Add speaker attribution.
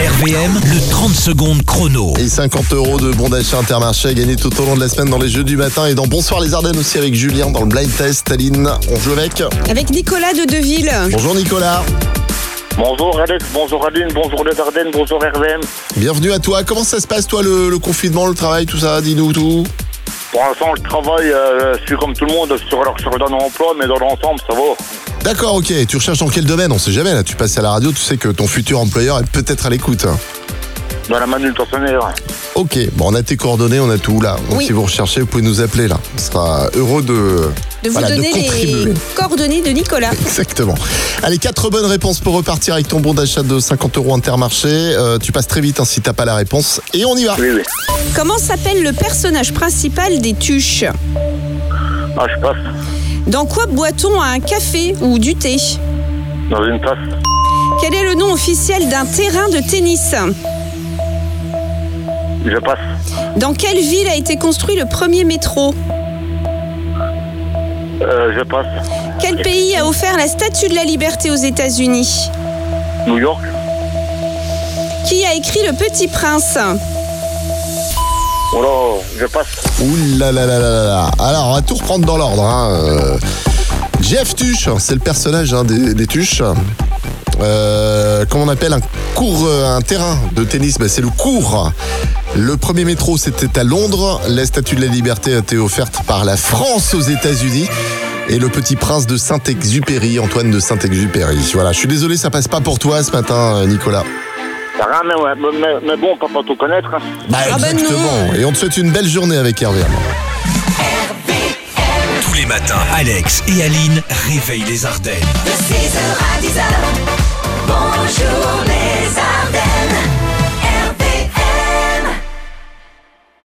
Speaker 1: RVM, le 30 secondes chrono.
Speaker 2: Et 50 euros de bons d'achat intermarché à gagner tout au long de la semaine dans les jeux du matin et dans Bonsoir les Ardennes aussi avec Julien dans le blind test. Aline, on joue avec.
Speaker 3: Avec Nicolas de Deville.
Speaker 2: Bonjour Nicolas.
Speaker 4: Bonjour Alex, bonjour Aline, bonjour les Ardennes, bonjour RVM.
Speaker 2: Bienvenue à toi. Comment ça se passe toi le, le confinement, le travail, tout ça Dis-nous tout.
Speaker 4: Pour l'instant, le travail, euh, je suis comme tout le monde sur leur sur leur emploi, mais dans l'ensemble, ça va.
Speaker 2: D'accord, ok. Tu recherches dans quel domaine On sait jamais. Là, tu passes à la radio, tu sais que ton futur employeur est peut-être à l'écoute.
Speaker 4: Dans la hein. manutentionnaire.
Speaker 2: Ok, bon, on a tes coordonnées, on a tout là. Donc,
Speaker 3: Oui.
Speaker 2: si vous recherchez, vous pouvez nous appeler là. On sera heureux de,
Speaker 3: De vous
Speaker 2: voilà,
Speaker 3: donner
Speaker 2: contribuer.
Speaker 3: les coordonnées de Nicolas.
Speaker 2: Exactement. Allez, quatre bonnes réponses pour repartir avec ton bon d'achat de 50 euros Intermarché. Euh, tu passes très vite hein, si t'as pas la réponse. Et on y va.
Speaker 4: Oui, oui.
Speaker 3: Comment s'appelle le personnage principal des Tuches
Speaker 4: Ah, je passe
Speaker 3: Dans quoi boit-on un café ou du thé
Speaker 4: dans une tasse.
Speaker 3: Quel est le nom officiel d'un terrain de tennis
Speaker 4: Je passe.
Speaker 3: Dans quelle ville a été construit le premier métro
Speaker 4: Euh, je passe.
Speaker 3: Quel pays a offert la Statue de la Liberté aux États-Unis
Speaker 4: New York.
Speaker 3: Qui a écrit Le Petit Prince
Speaker 4: Oh là, je passe.
Speaker 2: Ouh là là là là là là. Alors, on va tout reprendre dans l'ordre. hein. Euh, Jeff Tuche, c'est le personnage hein, des, des Tuches. Euh, comment on appelle un cours, euh, un terrain de tennis Bah, C'est le cours. Le premier métro, c'était à Londres. La Statue de la Liberté a été offerte par la France aux États-Unis. Et le petit prince de Saint-Exupéry, Antoine de Saint-Exupéry. Voilà, je suis désolé, ça passe pas pour toi ce matin, euh, Nicolas.
Speaker 4: Ça rien, mais, ouais, mais- mais, mais bon, on peut pas tout connaître. hein.
Speaker 3: Ah bah non.
Speaker 2: exactement. Et on te souhaite une belle journée avec Hervé.
Speaker 1: Tous les matins, Alex et Aline réveillent les Ardennes.
Speaker 5: De 6h à 10h, bonjour les Ardennes.